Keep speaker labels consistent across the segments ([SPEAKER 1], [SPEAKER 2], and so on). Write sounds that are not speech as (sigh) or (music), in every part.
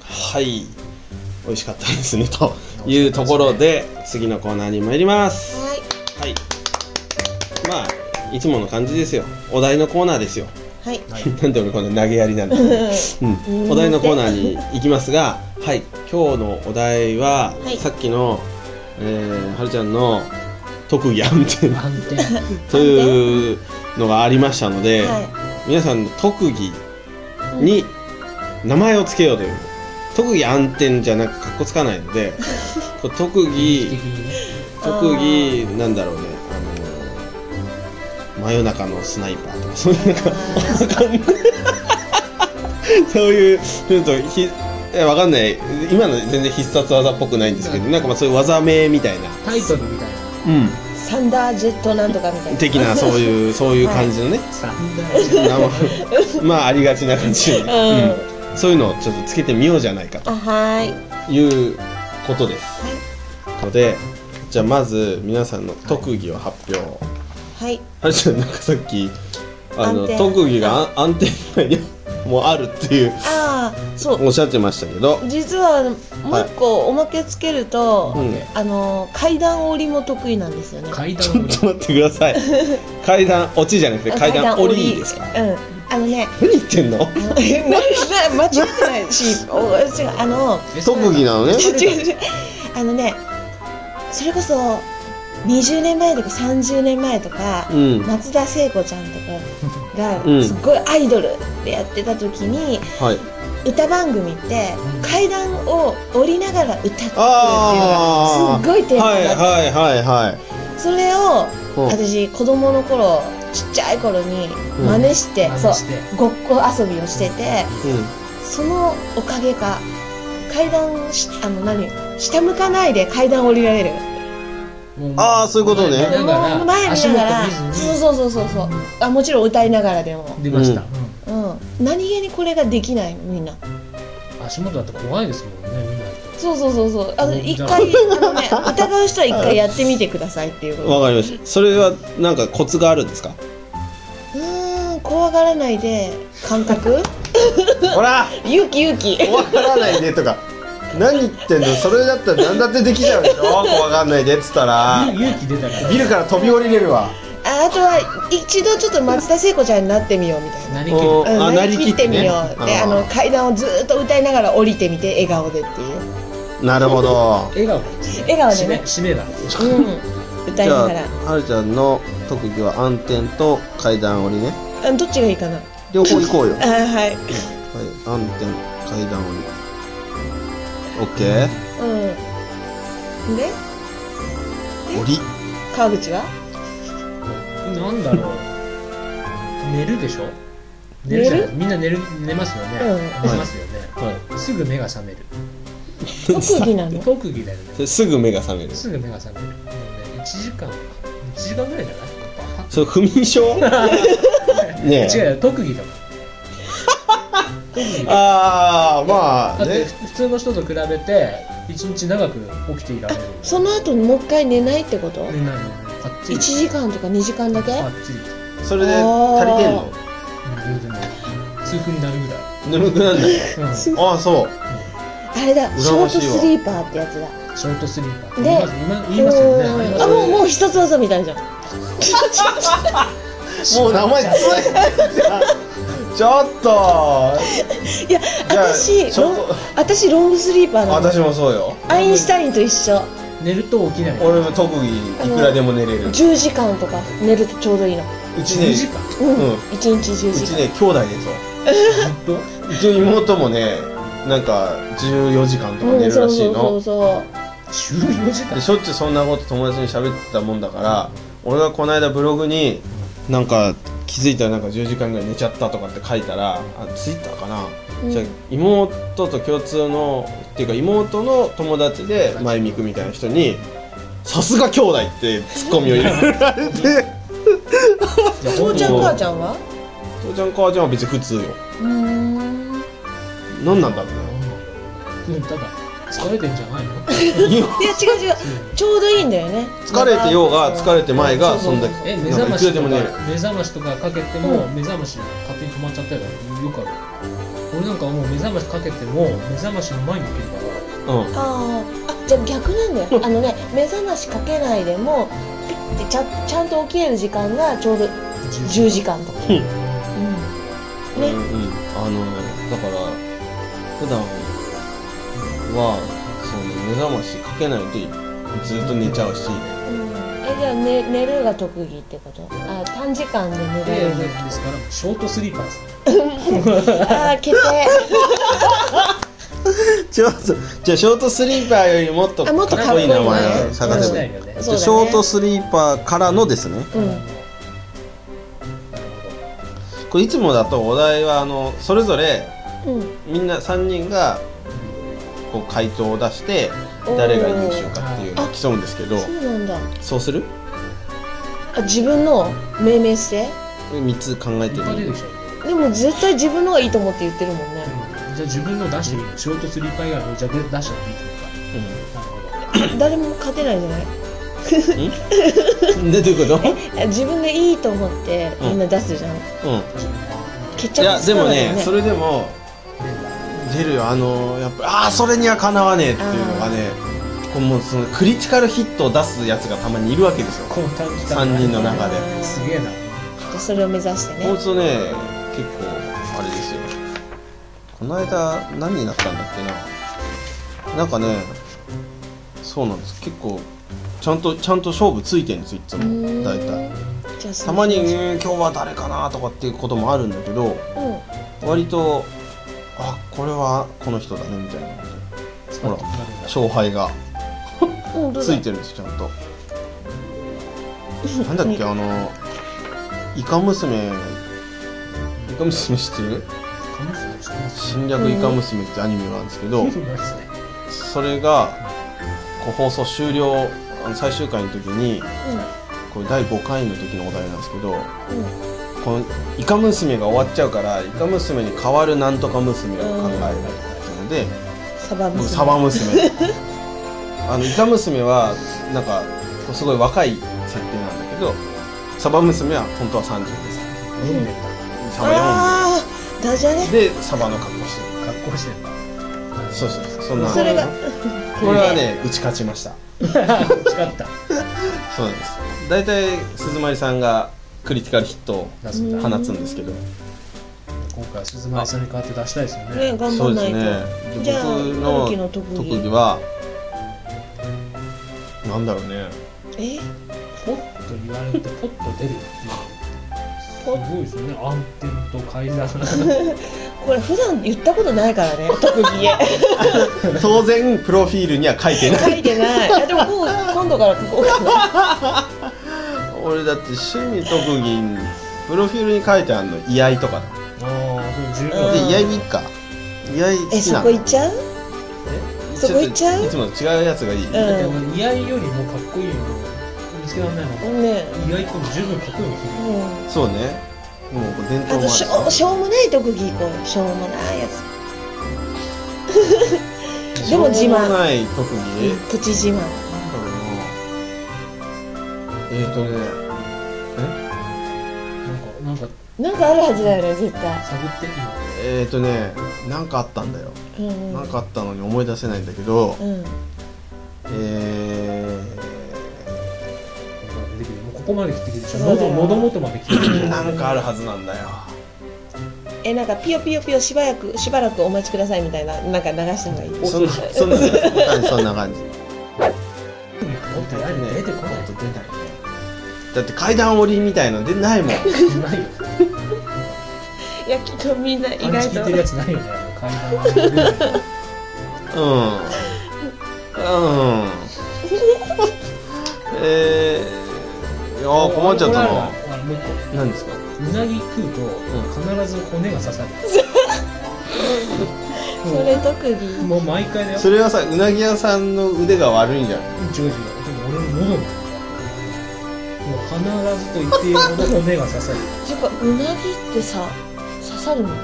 [SPEAKER 1] はい美味しかったですねというところで次のコーナーに参りますはいまあいつもの感じですよお題のコーナーですよ (laughs)
[SPEAKER 2] はい
[SPEAKER 3] はい
[SPEAKER 1] なんで俺こんな投げやりなんだ、うん、お題のコーナーに行きますが、はい、今日のお題は、
[SPEAKER 2] はい
[SPEAKER 1] さっきの、えー、はるちゃんの特技暗転
[SPEAKER 3] 暗転
[SPEAKER 1] というのがありましたので、
[SPEAKER 2] は
[SPEAKER 1] 皆さんの特技
[SPEAKER 2] い
[SPEAKER 1] に名前を付けようという特技暗転じゃなくかっこつかないのでこう特
[SPEAKER 3] 的
[SPEAKER 1] 技
[SPEAKER 3] にね
[SPEAKER 1] 特技なんだろうねあの真夜中のスナイパーとかそういうなんか (laughs) そういうちょっとひえわかんない今の全然必殺技っぽくないんですけどなんかまあそういう技名みたいな、
[SPEAKER 3] タイトルみたいな
[SPEAKER 1] う
[SPEAKER 2] サンダージェットなんとかみたいな
[SPEAKER 1] 的なそういうそういう感じのね、
[SPEAKER 3] サンダージェッ
[SPEAKER 1] 名前まあありがちな感じ、
[SPEAKER 2] (laughs) うん
[SPEAKER 1] うんそういうのをちょっとつけてみようじゃないかと
[SPEAKER 2] あはい
[SPEAKER 1] いうことですのでじゃあまず皆さんの特技を発表、
[SPEAKER 2] はい
[SPEAKER 1] あれじゃんなんかさっきあの
[SPEAKER 2] 安定
[SPEAKER 1] 特技が安安定以外にもあるっていう
[SPEAKER 2] ああそう
[SPEAKER 1] おっしゃってましたけど、
[SPEAKER 2] 実はもう一個おまけつけると、
[SPEAKER 1] うん
[SPEAKER 2] あの階段降りも得意なんですよね
[SPEAKER 3] ト階
[SPEAKER 1] ち
[SPEAKER 3] 段
[SPEAKER 1] ょっと待ってください階段落ちじゃなくて階段降りですか
[SPEAKER 2] うんあのね
[SPEAKER 1] 何言ってんの (laughs)
[SPEAKER 2] あの間違ってないしお違うあの
[SPEAKER 1] 特技なのね
[SPEAKER 2] 違う違うあのねそれこそ20年前とか30年前とか、
[SPEAKER 1] うんは
[SPEAKER 2] 松田聖子ちゃんとか
[SPEAKER 1] うん
[SPEAKER 2] がすっごいアイドルでやってた時に、
[SPEAKER 1] い
[SPEAKER 2] 歌番組って階段を降りながら歌ってくるっていうの
[SPEAKER 1] あー
[SPEAKER 2] がすっごいテーマ
[SPEAKER 1] はい
[SPEAKER 2] だった、
[SPEAKER 1] はいはいはい
[SPEAKER 2] それを
[SPEAKER 1] うん
[SPEAKER 2] 私子供の頃ちっちゃい頃に真似して、そうごっこ遊びをしてて
[SPEAKER 1] うん
[SPEAKER 2] そのおかげか階段をしあの何下向かないで階段を降りられる
[SPEAKER 1] あーそういうことね
[SPEAKER 3] 前見ながら
[SPEAKER 2] 前見
[SPEAKER 3] 足
[SPEAKER 2] な
[SPEAKER 3] 元
[SPEAKER 2] がら
[SPEAKER 3] 見ず
[SPEAKER 2] そう
[SPEAKER 3] に
[SPEAKER 2] そうそうそうそうあもちろん歌いながらでも、
[SPEAKER 3] 出ました、
[SPEAKER 1] う
[SPEAKER 2] うん、何気にこれができないのみんな
[SPEAKER 3] うん足元だって怖いですもんね見ないと
[SPEAKER 2] そうそうそうそうあの
[SPEAKER 3] うん
[SPEAKER 2] 一回あの、ね、疑う人は一回やってみてくださいっていうこと
[SPEAKER 1] わかりましたそれはなんかコツがあるんですか
[SPEAKER 2] うーん怖がらないで感覚
[SPEAKER 1] ほら
[SPEAKER 2] 勇気勇気
[SPEAKER 1] 怖がらないでとか何言ってんのそれだったら何だってできちゃうでしょ怖がんないでっつったら
[SPEAKER 3] 勇気出たから
[SPEAKER 1] ビルから飛び降りれるわ
[SPEAKER 2] ああとは一度ちょっと松田聖子ちゃんになってみようみたいな
[SPEAKER 3] なりきる
[SPEAKER 1] あ
[SPEAKER 2] うん
[SPEAKER 1] な
[SPEAKER 2] な
[SPEAKER 1] り
[SPEAKER 2] り
[SPEAKER 1] き
[SPEAKER 2] き
[SPEAKER 1] っ
[SPEAKER 2] ってて
[SPEAKER 1] ね
[SPEAKER 2] みようで
[SPEAKER 1] あ
[SPEAKER 2] あ
[SPEAKER 1] ー
[SPEAKER 2] の階段をずーっと歌いながら降りてみて笑顔でっていう
[SPEAKER 1] なるほど
[SPEAKER 3] 笑顔ですね
[SPEAKER 2] 笑顔でね
[SPEAKER 3] 死ね死ねだ
[SPEAKER 2] うん歌い
[SPEAKER 1] じ
[SPEAKER 2] な
[SPEAKER 1] ゃ
[SPEAKER 2] がら
[SPEAKER 1] あはるちゃんの特技は暗転と階段降りね
[SPEAKER 2] あどっちがいいかな
[SPEAKER 1] 両方行こうよ
[SPEAKER 2] あーはい
[SPEAKER 1] はい、暗転、階段降り。オッケー、
[SPEAKER 2] うんで
[SPEAKER 1] 降り。
[SPEAKER 2] 川口は
[SPEAKER 3] なんだろう寝るでしょ寝るじゃないみんな寝る寝ますよね、
[SPEAKER 2] うん
[SPEAKER 3] 寝ますよね、
[SPEAKER 1] は
[SPEAKER 3] すぐ目が覚める
[SPEAKER 2] 特技なの
[SPEAKER 3] 特技だよね
[SPEAKER 1] い。すぐ目が覚める。
[SPEAKER 3] すぐ目が覚めるもうね1時間1時間ぐらいじゃないパ
[SPEAKER 1] それ不眠症。
[SPEAKER 3] ッ
[SPEAKER 1] ねえ
[SPEAKER 3] 違うよ特技だもん特技だ
[SPEAKER 1] ああ、ま
[SPEAKER 3] だって。普通の人と比べて一日長く起きていられる
[SPEAKER 2] その後にもう一回寝ないってこと
[SPEAKER 3] 寝ないのパッチリ
[SPEAKER 2] 1時間とか2時間だけ
[SPEAKER 3] パッチリ
[SPEAKER 1] それで足りてんの。
[SPEAKER 3] 全然もう痛風になるぐらい、
[SPEAKER 1] 眠くなんない。
[SPEAKER 3] うん、シ
[SPEAKER 2] す
[SPEAKER 1] ああ、そう。
[SPEAKER 2] あれだシ
[SPEAKER 1] 羨
[SPEAKER 2] ョー
[SPEAKER 1] ま
[SPEAKER 2] ト
[SPEAKER 1] しいわ
[SPEAKER 2] スリーパーってやつだ
[SPEAKER 3] ョートスリーパー
[SPEAKER 2] で
[SPEAKER 3] 言います今言いますよね
[SPEAKER 2] う
[SPEAKER 3] あり
[SPEAKER 2] ん
[SPEAKER 3] ま
[SPEAKER 2] あ
[SPEAKER 3] す
[SPEAKER 2] もうもう一つ技みたいじゃん
[SPEAKER 1] もう名前ついてた。ちょっと。
[SPEAKER 2] いや
[SPEAKER 1] じゃあ
[SPEAKER 2] 私
[SPEAKER 1] ちょっ
[SPEAKER 2] ロン私ロングスリーパーなの
[SPEAKER 1] 私もそうよ。
[SPEAKER 2] アインシュタインと一緒
[SPEAKER 3] 寝ると起きない
[SPEAKER 1] 俺も特技いくらでも寝れる。
[SPEAKER 2] 10時間とか寝るとちょうどいいの
[SPEAKER 1] うちね
[SPEAKER 3] 2、時間
[SPEAKER 2] うん
[SPEAKER 1] うん
[SPEAKER 2] 1日10
[SPEAKER 1] う
[SPEAKER 2] 時
[SPEAKER 1] ち
[SPEAKER 2] 間
[SPEAKER 1] ね、兄弟ですよ。
[SPEAKER 3] 本当
[SPEAKER 1] うちの妹もね、なんか14時間とか寝
[SPEAKER 2] うん
[SPEAKER 1] る
[SPEAKER 2] そ
[SPEAKER 1] ら
[SPEAKER 2] う
[SPEAKER 1] しい
[SPEAKER 2] そう
[SPEAKER 1] の
[SPEAKER 2] そ。うそう
[SPEAKER 3] 14時
[SPEAKER 1] で
[SPEAKER 3] 間
[SPEAKER 1] しょっちゅうそんなこと友達に喋ってたもんだから俺がこの間ブログになんか気づいたらなんか10時間ぐらい寝ちゃったとかって書いたらあツイッターかな、
[SPEAKER 2] うん
[SPEAKER 1] じゃあ妹と共通のっていうか妹の友達で前見くみたいな人に「さすが兄弟」ってツッコミを入れられて
[SPEAKER 2] 父ちゃん
[SPEAKER 1] もう
[SPEAKER 2] 母ちゃんは
[SPEAKER 1] 父ちゃん母ちゃんは別に普通よ
[SPEAKER 2] うーん
[SPEAKER 1] 何なんだろう
[SPEAKER 3] うんただ疲れてんじゃないの
[SPEAKER 2] いや違う違うちょうどいいんだよね
[SPEAKER 1] 疲れてようが疲れてまいがそんだけ
[SPEAKER 3] え目
[SPEAKER 1] なんかい
[SPEAKER 3] 覚ま
[SPEAKER 1] くら
[SPEAKER 3] し
[SPEAKER 1] で
[SPEAKER 3] と
[SPEAKER 1] も
[SPEAKER 3] か
[SPEAKER 1] 寝る
[SPEAKER 3] 目覚ましとかかけても、
[SPEAKER 2] う
[SPEAKER 3] 目覚まし勝手に止まっちゃったりとかよくある俺なんかもう目覚ましかけても目覚ましの前に起きるから
[SPEAKER 1] うん
[SPEAKER 2] あーあじゃあ逆なんだ
[SPEAKER 1] (laughs)
[SPEAKER 2] よあのね目覚ましかけないでもピッてちゃちゃんと起きれる時間がちょうど10時間とか、
[SPEAKER 1] うん
[SPEAKER 2] うん、ね、
[SPEAKER 1] うんうん、あのだから普段はその目覚ましかけないとずっと寝ちゃうし
[SPEAKER 2] うん、えじゃあ、ね、寝るが特技ってことあ短時間で寝
[SPEAKER 3] で
[SPEAKER 2] れる
[SPEAKER 3] ですからショートスリーパーです
[SPEAKER 2] あー
[SPEAKER 1] (laughs)
[SPEAKER 2] 決定
[SPEAKER 1] (laughs) ちょっとじゃあショートスリーパーよりもっと
[SPEAKER 2] あもっと
[SPEAKER 1] かっこいい名前を
[SPEAKER 2] ね
[SPEAKER 1] 探せばいい
[SPEAKER 3] よね
[SPEAKER 1] じ
[SPEAKER 2] そ
[SPEAKER 1] ゃあ
[SPEAKER 2] うだね
[SPEAKER 1] ショートスリーパーからのですね
[SPEAKER 2] うん
[SPEAKER 1] これいつもだとお題はあのそれぞれ
[SPEAKER 2] うん
[SPEAKER 1] みんな3人がこう回答を出して誰が優秀かっていうのを競うんですけど
[SPEAKER 2] そうなんだ
[SPEAKER 1] そうする
[SPEAKER 2] あ自分の命名して
[SPEAKER 1] 3つ考えて
[SPEAKER 3] いっぱい出
[SPEAKER 1] み
[SPEAKER 3] て
[SPEAKER 1] る
[SPEAKER 3] きちゃう
[SPEAKER 2] でも絶対自分のがいいと思って言ってるもんね
[SPEAKER 1] (laughs)
[SPEAKER 3] じゃあ自分の出してみるショートスリーパー以外のじゃあ出しちゃっていいってことかなるほど
[SPEAKER 2] 誰も勝てないじゃない
[SPEAKER 1] うんでどういうこと
[SPEAKER 2] (laughs) え自分でいいと思ってみんな出すじゃん、
[SPEAKER 1] うん
[SPEAKER 2] 決
[SPEAKER 1] い
[SPEAKER 2] 着
[SPEAKER 1] や
[SPEAKER 2] つ
[SPEAKER 1] で
[SPEAKER 2] か
[SPEAKER 1] も
[SPEAKER 2] ないよ
[SPEAKER 1] ね
[SPEAKER 2] ね
[SPEAKER 1] それでも出るよあのやっぱああそれにはかなわねえっていうのがねこうもうそのクリティカルヒットを出すやつがたまにいるわけですよ
[SPEAKER 3] この短期間
[SPEAKER 1] 三人の中で
[SPEAKER 3] すげえな
[SPEAKER 2] それを目指して
[SPEAKER 1] ほ
[SPEAKER 2] ね
[SPEAKER 1] んとね結構あれですよこの間何になったんだっけななんかねそうなんです結構ちゃんとちゃんと勝負ついてるんですいつ
[SPEAKER 2] うー
[SPEAKER 1] も
[SPEAKER 2] ん
[SPEAKER 1] 大体
[SPEAKER 2] じゃあそ
[SPEAKER 1] た
[SPEAKER 2] の
[SPEAKER 1] まにうーん今日は誰かなとかっていうこともあるんだけど
[SPEAKER 2] うんあ
[SPEAKER 1] 割とあこれはこの人だねみたいなほら勝敗が
[SPEAKER 2] うんどう
[SPEAKER 1] つ
[SPEAKER 2] だ
[SPEAKER 1] いてるんですちゃんとなんだっけあのイカ娘イカ娘知ってる「侵略イカ娘」ってアニメがあるんですけ
[SPEAKER 3] (laughs)
[SPEAKER 2] (laughs)
[SPEAKER 1] どそれがこう放送終了あの最終回の時にこれ第5回の時のお題なんですけど
[SPEAKER 2] うんうん
[SPEAKER 1] このイカ娘が終わっちゃうからイカ娘に代わるなんとか娘を考えるとかっていうので、
[SPEAKER 2] サバ
[SPEAKER 1] 僕
[SPEAKER 2] 娘
[SPEAKER 1] サバ娘 (laughs) あのイカ娘はなんかこうすごい若い設定なんだけどサバ娘は本当は30ですサバ
[SPEAKER 2] ああダジャレ
[SPEAKER 1] 40でサバの格好してる
[SPEAKER 3] 格好し
[SPEAKER 1] そ
[SPEAKER 3] てる
[SPEAKER 1] うそうそうそんな
[SPEAKER 2] それが
[SPEAKER 1] これはね打ち勝ちました
[SPEAKER 3] 使った
[SPEAKER 1] そうなんです大体鈴まりさんがクリティカルヒットを
[SPEAKER 3] 出すんだ
[SPEAKER 1] 放つんですけど
[SPEAKER 3] 今回鈴間さんに代わって出したいですよ
[SPEAKER 2] ね
[SPEAKER 3] ね
[SPEAKER 2] 頑
[SPEAKER 1] そ
[SPEAKER 2] 張
[SPEAKER 1] うんで
[SPEAKER 2] な
[SPEAKER 1] す
[SPEAKER 2] いと、
[SPEAKER 1] ね
[SPEAKER 2] じ
[SPEAKER 1] で
[SPEAKER 2] ゃあ
[SPEAKER 1] 僕
[SPEAKER 2] 春樹の
[SPEAKER 1] の
[SPEAKER 2] 特技
[SPEAKER 1] 特技はなんだろうね
[SPEAKER 2] え
[SPEAKER 3] ポッと言われてポッと出るすごいですね暗転と改ざん
[SPEAKER 2] これ普段言ったことないからね特技へ
[SPEAKER 1] (laughs) 当然プロフィールには書いてない
[SPEAKER 2] 書いてないあでもこう今度からここ
[SPEAKER 1] (laughs) 俺だって趣味特技にプロフィールに書いてあるの居合とかだ
[SPEAKER 3] ああそう十
[SPEAKER 2] うん
[SPEAKER 1] で
[SPEAKER 3] 分
[SPEAKER 1] 居合でいいか居合好
[SPEAKER 2] え
[SPEAKER 1] き
[SPEAKER 2] そ
[SPEAKER 1] な
[SPEAKER 2] こ
[SPEAKER 1] の
[SPEAKER 2] 行っちゃうそこ行っちゃう
[SPEAKER 1] いつもと違うやつがいい、
[SPEAKER 2] うん
[SPEAKER 3] だって俺居合よりもかっこいいの見つけられないの
[SPEAKER 2] ね
[SPEAKER 3] 意外と十分かっこいいの着
[SPEAKER 2] う
[SPEAKER 3] る
[SPEAKER 2] ん
[SPEAKER 1] そうねもう伝
[SPEAKER 2] あ
[SPEAKER 1] 統も
[SPEAKER 2] とし
[SPEAKER 1] あ
[SPEAKER 2] ょ
[SPEAKER 1] る
[SPEAKER 2] しょうもない特技行こうしょうもないやつでも
[SPEAKER 1] し
[SPEAKER 2] 自慢
[SPEAKER 1] ょうない特技、
[SPEAKER 2] プチ自慢
[SPEAKER 1] なんだろうなえっ、ー、とね
[SPEAKER 3] なんかなんか
[SPEAKER 2] なんかあるはずだよね絶対
[SPEAKER 3] 探って今
[SPEAKER 1] えっ、ー、とねなんかあったんだよ、
[SPEAKER 2] うん
[SPEAKER 1] なんかあったのに思い出せないんだけど、
[SPEAKER 2] うん
[SPEAKER 1] え
[SPEAKER 3] 出てくるもうここまで来てくるでしょ喉喉元まで来てくる
[SPEAKER 1] ー、なんかあるはずなんだよ
[SPEAKER 2] えなんかピヨピヨピヨしばらくしばらくお待ちくださいみたいななんか流した方がいい
[SPEAKER 1] そんなそんな感じそんな感じ
[SPEAKER 3] もっとやるね出てこないと出ない
[SPEAKER 1] だって階段降りみたいのでないもん
[SPEAKER 3] 出ないよ
[SPEAKER 2] いやきっとみんな意
[SPEAKER 3] 話
[SPEAKER 2] 外
[SPEAKER 3] 聞い
[SPEAKER 2] と
[SPEAKER 3] てるやつないよね階段は出ない
[SPEAKER 1] うんうんえー、いやー困っちゃったな
[SPEAKER 3] あもう一
[SPEAKER 1] 何ですか
[SPEAKER 3] 個うなぎ食うと必ず骨が刺さる
[SPEAKER 2] それ特技
[SPEAKER 3] もう毎回だよ
[SPEAKER 1] それはさうなぎ屋さんの腕が悪いんじゃない
[SPEAKER 3] 違う違うでも俺の喉ももう必ずと言っていいほど骨が刺さる
[SPEAKER 2] ていうかうなぎってさ刺さるのね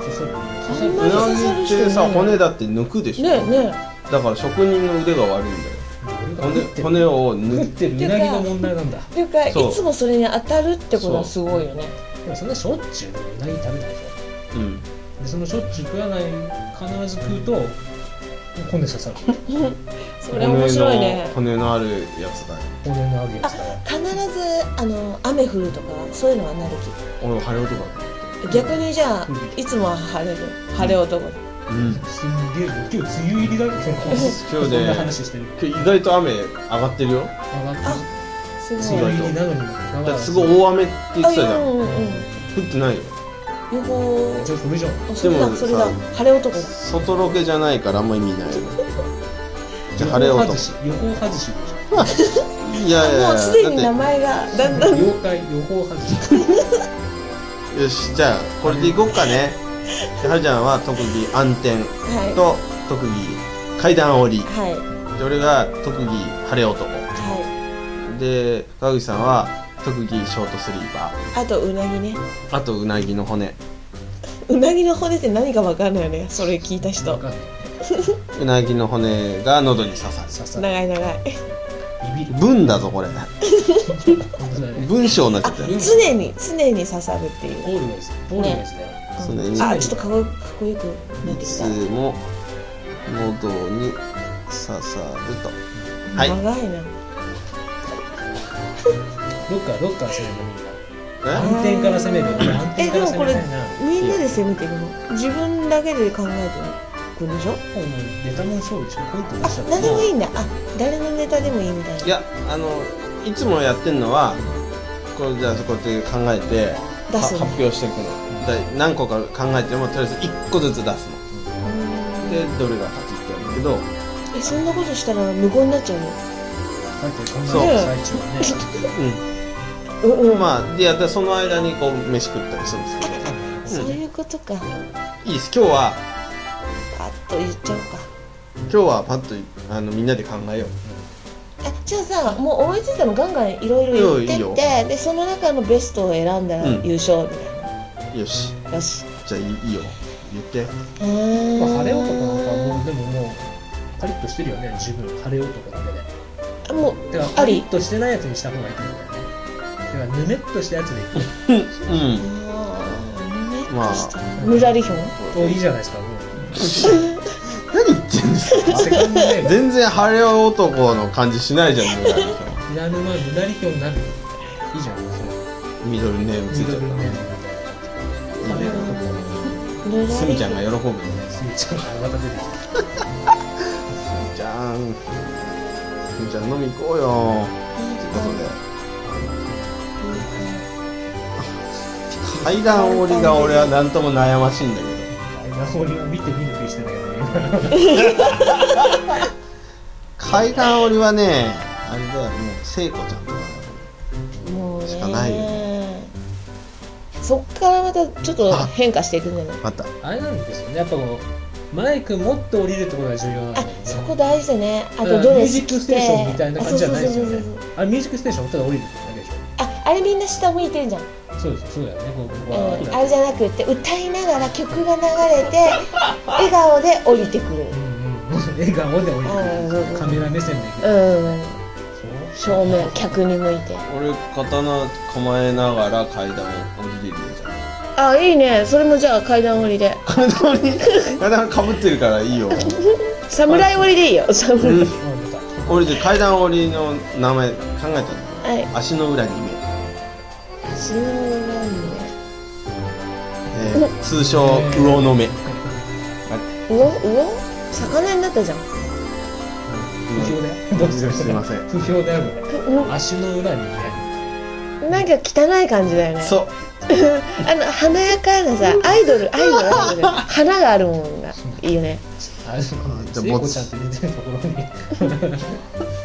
[SPEAKER 3] 刺さる
[SPEAKER 2] あんま
[SPEAKER 1] う
[SPEAKER 2] り刺
[SPEAKER 1] なぎっ
[SPEAKER 2] さる人いない
[SPEAKER 1] てさ骨だって抜くでしょ、
[SPEAKER 2] えね
[SPEAKER 1] だから職人の腕が悪いんだよ骨骨を
[SPEAKER 3] 縫っ
[SPEAKER 1] 抜
[SPEAKER 3] てるうなぎの問題なんだ
[SPEAKER 2] っていうかい
[SPEAKER 1] そう
[SPEAKER 2] つもそれに当たるってことはすごいよね
[SPEAKER 3] でもそんなしょっちゅううなぎ食べないでしょ
[SPEAKER 1] うん
[SPEAKER 3] でそのしょっちゅう食わない必ず食うと骨刺さる
[SPEAKER 2] それ面白いね
[SPEAKER 1] 骨の骨のあるやつだよ
[SPEAKER 3] 骨の揚げやつだから
[SPEAKER 2] 必ずあの雨降るとかそういうのはなる
[SPEAKER 1] 俺晴れ男だか
[SPEAKER 2] 気逆にじゃあ
[SPEAKER 3] うん
[SPEAKER 2] いつもは晴れる晴れ男
[SPEAKER 1] らうん
[SPEAKER 3] すんげえ今日梅雨入りだよ
[SPEAKER 1] 今日で
[SPEAKER 3] そんな話してる
[SPEAKER 1] 今日意外と雨上がってるよ
[SPEAKER 3] 上がって
[SPEAKER 2] あす
[SPEAKER 3] 梅
[SPEAKER 2] ごい
[SPEAKER 3] 雨入りなのにもかかわ
[SPEAKER 1] だっ
[SPEAKER 3] ら
[SPEAKER 1] て
[SPEAKER 3] ず
[SPEAKER 1] すごい大雨って言ってたじゃ
[SPEAKER 2] あ
[SPEAKER 1] ん
[SPEAKER 2] うんうんう
[SPEAKER 1] 降
[SPEAKER 2] ん
[SPEAKER 1] ってないよ
[SPEAKER 2] 予報
[SPEAKER 3] じゃあそれじゃん
[SPEAKER 2] あそれ
[SPEAKER 1] でも
[SPEAKER 2] だそれだ
[SPEAKER 1] さ
[SPEAKER 2] 晴れ男だ
[SPEAKER 1] 外ロケじゃないからあんま意味な
[SPEAKER 2] (laughs)
[SPEAKER 1] いよねじゃあ晴れ
[SPEAKER 3] 予報
[SPEAKER 1] 男
[SPEAKER 3] 外し予報外しでし
[SPEAKER 1] いやいやいや
[SPEAKER 2] もうすでに名
[SPEAKER 1] だっ
[SPEAKER 2] 前が
[SPEAKER 3] ょ
[SPEAKER 2] だんだん
[SPEAKER 3] 妖怪予報外して
[SPEAKER 1] よしじゃあこれでいこうかねじゃあはるちゃんは特技暗転
[SPEAKER 2] は
[SPEAKER 1] と特技階段降り
[SPEAKER 2] いはい
[SPEAKER 1] で俺が特技晴れ男
[SPEAKER 2] は
[SPEAKER 1] で川口さんは特技ショートスリーパー
[SPEAKER 2] いあとうなぎね
[SPEAKER 1] あとうなぎの骨
[SPEAKER 2] うなぎの骨って何か分かんないよねそれ聞いた人
[SPEAKER 3] かんないう
[SPEAKER 1] なぎの骨が喉に刺さる
[SPEAKER 3] 刺さる
[SPEAKER 2] 長い長い
[SPEAKER 3] ビビる
[SPEAKER 1] 文だぞこれ
[SPEAKER 3] 本当だね
[SPEAKER 1] 文章になっちゃ
[SPEAKER 2] あ
[SPEAKER 1] ったよ
[SPEAKER 2] 常に常に刺さるっていう
[SPEAKER 3] オールウェイズオールウェイズね
[SPEAKER 1] そうね
[SPEAKER 2] あちょっとかっこかっこよくなって
[SPEAKER 1] い
[SPEAKER 2] き
[SPEAKER 1] つ
[SPEAKER 2] た、
[SPEAKER 1] も喉に刺さるとはい
[SPEAKER 2] 長いな
[SPEAKER 3] ロッカーロッカー攻めるみんな
[SPEAKER 1] え
[SPEAKER 3] 暗転から攻める俺暗
[SPEAKER 2] え
[SPEAKER 3] 転か
[SPEAKER 2] で
[SPEAKER 3] ら
[SPEAKER 2] も
[SPEAKER 3] 攻
[SPEAKER 2] こ
[SPEAKER 3] め
[SPEAKER 2] れ
[SPEAKER 3] たいなも
[SPEAKER 2] みんなで攻めてるの自分だけで考えてるんでしょ
[SPEAKER 3] うネタもん勝負しかポイント出
[SPEAKER 2] あ
[SPEAKER 3] しちゃう
[SPEAKER 2] 誰でもいいんだあ誰のネタでもいいみたいない
[SPEAKER 1] やあのいつもやってんのはこうじゃあこうやって考えて
[SPEAKER 2] 出
[SPEAKER 1] は
[SPEAKER 2] す
[SPEAKER 1] 発
[SPEAKER 2] の
[SPEAKER 1] 表していくのだ何個か考えてもとりあえず1個ずつ出すのでどれが勝ちってやるんだけど
[SPEAKER 2] えそんなことしたら無言になっちゃう
[SPEAKER 3] だってこんな
[SPEAKER 1] そう
[SPEAKER 3] 最中
[SPEAKER 2] (laughs)
[SPEAKER 3] はね
[SPEAKER 2] のうんうん
[SPEAKER 1] まあでやったらその間にこう飯食ったりするんですけど
[SPEAKER 2] そういうことか
[SPEAKER 1] いいです今日は
[SPEAKER 2] あっと言っちゃうか
[SPEAKER 1] 今日はパッとあのみんなで考えよ
[SPEAKER 2] えじゃあさもう思いついたのガンガンいろいろ言って
[SPEAKER 1] いいよ
[SPEAKER 2] っ
[SPEAKER 1] いい
[SPEAKER 2] てでその中のベストを選んだら
[SPEAKER 1] うん
[SPEAKER 2] 優勝みた
[SPEAKER 1] うよし
[SPEAKER 2] いな、よし
[SPEAKER 1] じゃあいいいいよ言って
[SPEAKER 2] うーん
[SPEAKER 3] まあ晴れ男なんかもうでももうカリッとしてるよね十分晴れ男だけで
[SPEAKER 2] あもう
[SPEAKER 3] てか
[SPEAKER 2] あ
[SPEAKER 3] カ
[SPEAKER 2] り
[SPEAKER 3] リッとしてないやつにした方がいいと思うんだよねてかぬめっとしたやつでいく
[SPEAKER 1] うん
[SPEAKER 2] あ
[SPEAKER 1] ま
[SPEAKER 2] ま
[SPEAKER 1] あ
[SPEAKER 2] あぬらりひょん
[SPEAKER 3] といいじゃないですかもう
[SPEAKER 2] (laughs)
[SPEAKER 1] 何言ってんですか
[SPEAKER 3] セカンドで
[SPEAKER 1] 全然晴れ男の感じしないじゃん、ね、
[SPEAKER 3] ミラノはぬらりひょんなるいいじゃんそれ
[SPEAKER 1] ミドルネームつ
[SPEAKER 3] ミ
[SPEAKER 1] い
[SPEAKER 3] ド
[SPEAKER 1] ちゃっ
[SPEAKER 3] ル
[SPEAKER 1] た
[SPEAKER 3] ネ
[SPEAKER 1] ね
[SPEAKER 3] ームみたいな晴れ男だね
[SPEAKER 2] ぬらりひょ
[SPEAKER 1] すみちゃんが喜ぶね
[SPEAKER 3] スミちゃんがまた出てきた
[SPEAKER 1] すみちゃんすみちゃん飲み行こうよということで階段降りが俺は何とも悩ましいんだけど
[SPEAKER 3] 今俺を見て見ぬふりしてんだけどね
[SPEAKER 2] (laughs)
[SPEAKER 1] 階段降りはねあれだよもう聖子ちゃんとかだよ
[SPEAKER 2] もうね
[SPEAKER 1] しかないよ
[SPEAKER 2] そっからまたちょっと変化していくんじゃない
[SPEAKER 1] また
[SPEAKER 3] あれなんですよねやっぱこうマイク持って降りるってことが重要なんだ
[SPEAKER 2] あ
[SPEAKER 3] よね
[SPEAKER 2] そこ大事だねあ
[SPEAKER 3] だ
[SPEAKER 2] と
[SPEAKER 3] から
[SPEAKER 2] ド
[SPEAKER 3] ミュ
[SPEAKER 2] レ
[SPEAKER 3] ージ
[SPEAKER 2] ス
[SPEAKER 3] ック
[SPEAKER 2] 着
[SPEAKER 3] ステーションみたい
[SPEAKER 2] て
[SPEAKER 3] な
[SPEAKER 2] あ
[SPEAKER 3] 感じじゃないですよ
[SPEAKER 2] そうそう
[SPEAKER 3] ね
[SPEAKER 2] そうそう
[SPEAKER 3] あれミュージックステーションただ降りるだけでし
[SPEAKER 2] ああれみんな下向いてるじゃん
[SPEAKER 3] ょそうですそうだよねこうここは、
[SPEAKER 2] うんあれじゃなくて歌いながら曲が流れて笑顔で降りてくる
[SPEAKER 3] うんうん笑顔で降りてく
[SPEAKER 2] う
[SPEAKER 3] る
[SPEAKER 2] ん
[SPEAKER 3] カメラ目線で行く、
[SPEAKER 2] うん
[SPEAKER 3] そう
[SPEAKER 2] 正面客に向いて
[SPEAKER 1] 俺刀構えながら階段降りれるよじゃん
[SPEAKER 2] あいいねそれもじゃあ階段降りで
[SPEAKER 1] 階段降り階段かぶってるからいいよ
[SPEAKER 2] 侍降りでいいよ侍
[SPEAKER 1] うん
[SPEAKER 3] あ出た
[SPEAKER 1] 俺で階段降りの名前考えたんだよ
[SPEAKER 2] はい
[SPEAKER 1] 足の裏に目、
[SPEAKER 2] 足の裏にね
[SPEAKER 1] えー通称魚の目
[SPEAKER 2] うおうお魚になったじゃん
[SPEAKER 3] 不評だよどう
[SPEAKER 1] すいません
[SPEAKER 3] 不評だよこれ足の裏にね
[SPEAKER 2] うんなんか汚い感じだよね
[SPEAKER 1] そう
[SPEAKER 2] あの華やかなさアイドルアイドルなんだけど花があるもんがいいよね
[SPEAKER 3] あの
[SPEAKER 1] じゃあ
[SPEAKER 3] 聖子ちゃんって出てるところに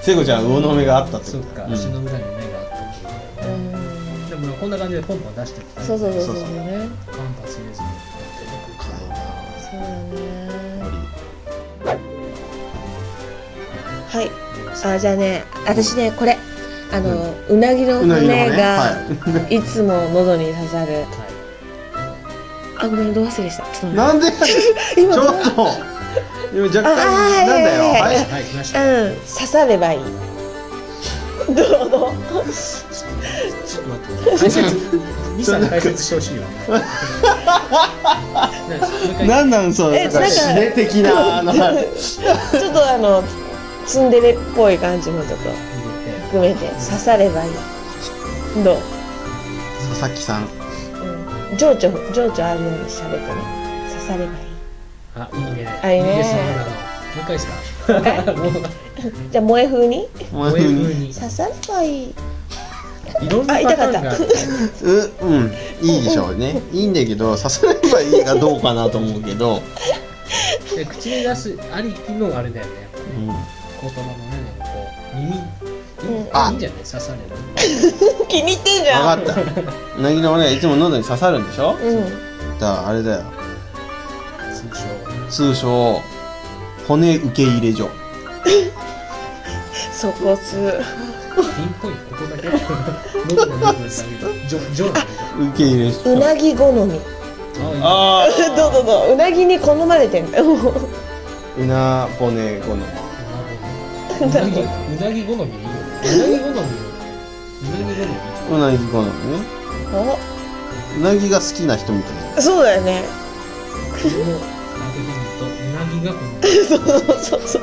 [SPEAKER 1] 聖子ちゃんは魚の目があったって
[SPEAKER 3] そ
[SPEAKER 1] こ
[SPEAKER 3] っ
[SPEAKER 1] と
[SPEAKER 3] か、
[SPEAKER 1] うん
[SPEAKER 3] 足の裏に目があったっていう
[SPEAKER 2] う
[SPEAKER 3] ね
[SPEAKER 2] ん
[SPEAKER 3] でもこんな感じでポンポン出してるから
[SPEAKER 2] そうそうそうそ
[SPEAKER 1] そ
[SPEAKER 2] う
[SPEAKER 1] うそう
[SPEAKER 3] カン
[SPEAKER 2] ね
[SPEAKER 3] パス入
[SPEAKER 1] 階段
[SPEAKER 3] れずに
[SPEAKER 2] そうだね
[SPEAKER 1] 降り
[SPEAKER 2] はいあじゃあね私ねこれあの、うなぎの
[SPEAKER 1] うなぎの
[SPEAKER 2] 骨
[SPEAKER 1] ね
[SPEAKER 2] が
[SPEAKER 1] はい
[SPEAKER 2] つも喉に刺さる
[SPEAKER 3] はい
[SPEAKER 2] あごめんど忘れしたちょっ
[SPEAKER 1] い
[SPEAKER 2] と待
[SPEAKER 1] なんでち
[SPEAKER 2] って今
[SPEAKER 1] ょ
[SPEAKER 2] どう
[SPEAKER 1] っと今若干
[SPEAKER 2] あー
[SPEAKER 1] なんだよ
[SPEAKER 2] は
[SPEAKER 1] は
[SPEAKER 2] い
[SPEAKER 1] い
[SPEAKER 3] はい、来ました。
[SPEAKER 2] うん刺さればいいどうぞ
[SPEAKER 3] ちょっと待って。解説、ミさん解説してほしいよね。
[SPEAKER 1] なんなんその
[SPEAKER 2] え
[SPEAKER 1] なんか
[SPEAKER 2] なん
[SPEAKER 1] 死
[SPEAKER 2] か
[SPEAKER 1] ね的なあの
[SPEAKER 2] ちょっとあのツンデレっぽい感じもちょっと
[SPEAKER 3] も
[SPEAKER 2] 含めて刺さればいいどう、
[SPEAKER 1] 佐々木さん
[SPEAKER 2] うん、情緒情緒あるように喋ってね刺さればいい
[SPEAKER 3] あ、いいね。
[SPEAKER 2] あいいね
[SPEAKER 3] いですね。もう一回ですか。もう
[SPEAKER 2] じゃあ萌え風に
[SPEAKER 1] もう
[SPEAKER 3] こういう風に。
[SPEAKER 2] 刺さればいい
[SPEAKER 3] いろんな
[SPEAKER 2] あ
[SPEAKER 3] パ
[SPEAKER 2] 痛
[SPEAKER 3] タ
[SPEAKER 2] かっ
[SPEAKER 3] ーン (laughs) が
[SPEAKER 2] た
[SPEAKER 3] ある。
[SPEAKER 1] ううんいいでしょう
[SPEAKER 2] (laughs)
[SPEAKER 1] ねいいんだけど刺さればいいかどうかなと思うけど、
[SPEAKER 3] で口に出すありきのあれだよね。
[SPEAKER 1] うん、
[SPEAKER 3] 言葉のね、なんかこう耳。
[SPEAKER 2] うん
[SPEAKER 1] あ
[SPEAKER 3] いいんじゃない刺される。 (laughs)
[SPEAKER 2] 気に入ってんじ
[SPEAKER 1] 分か
[SPEAKER 2] ゃん
[SPEAKER 1] ったうなぎのねいつも喉に刺さるんでしょ
[SPEAKER 2] うん
[SPEAKER 1] だからあれだよ
[SPEAKER 3] 通称。
[SPEAKER 1] 通称骨受け入れ所
[SPEAKER 2] そこつ
[SPEAKER 3] ピンポイントここだけ。喉の部分だけ。ジョ、ジョなんだ
[SPEAKER 1] 受け入れ
[SPEAKER 2] う
[SPEAKER 1] 所
[SPEAKER 2] なぎ好み
[SPEAKER 3] け
[SPEAKER 2] (laughs)
[SPEAKER 3] ど。あ
[SPEAKER 1] あ
[SPEAKER 2] ど (laughs) うぞどうぞうなぎに好まれて (laughs) んだよ
[SPEAKER 1] あうな骨好み
[SPEAKER 3] いいね。うなぎ、うなぎ好みいいよね。うなぎ好み。うなぎ好
[SPEAKER 1] うなぎ好み
[SPEAKER 3] み。
[SPEAKER 1] ね
[SPEAKER 2] お
[SPEAKER 1] うなぎが好きな人みたい
[SPEAKER 2] そうだよ (laughs)
[SPEAKER 3] もう、
[SPEAKER 2] ね
[SPEAKER 3] あとうなぎがこの
[SPEAKER 2] そうそうそう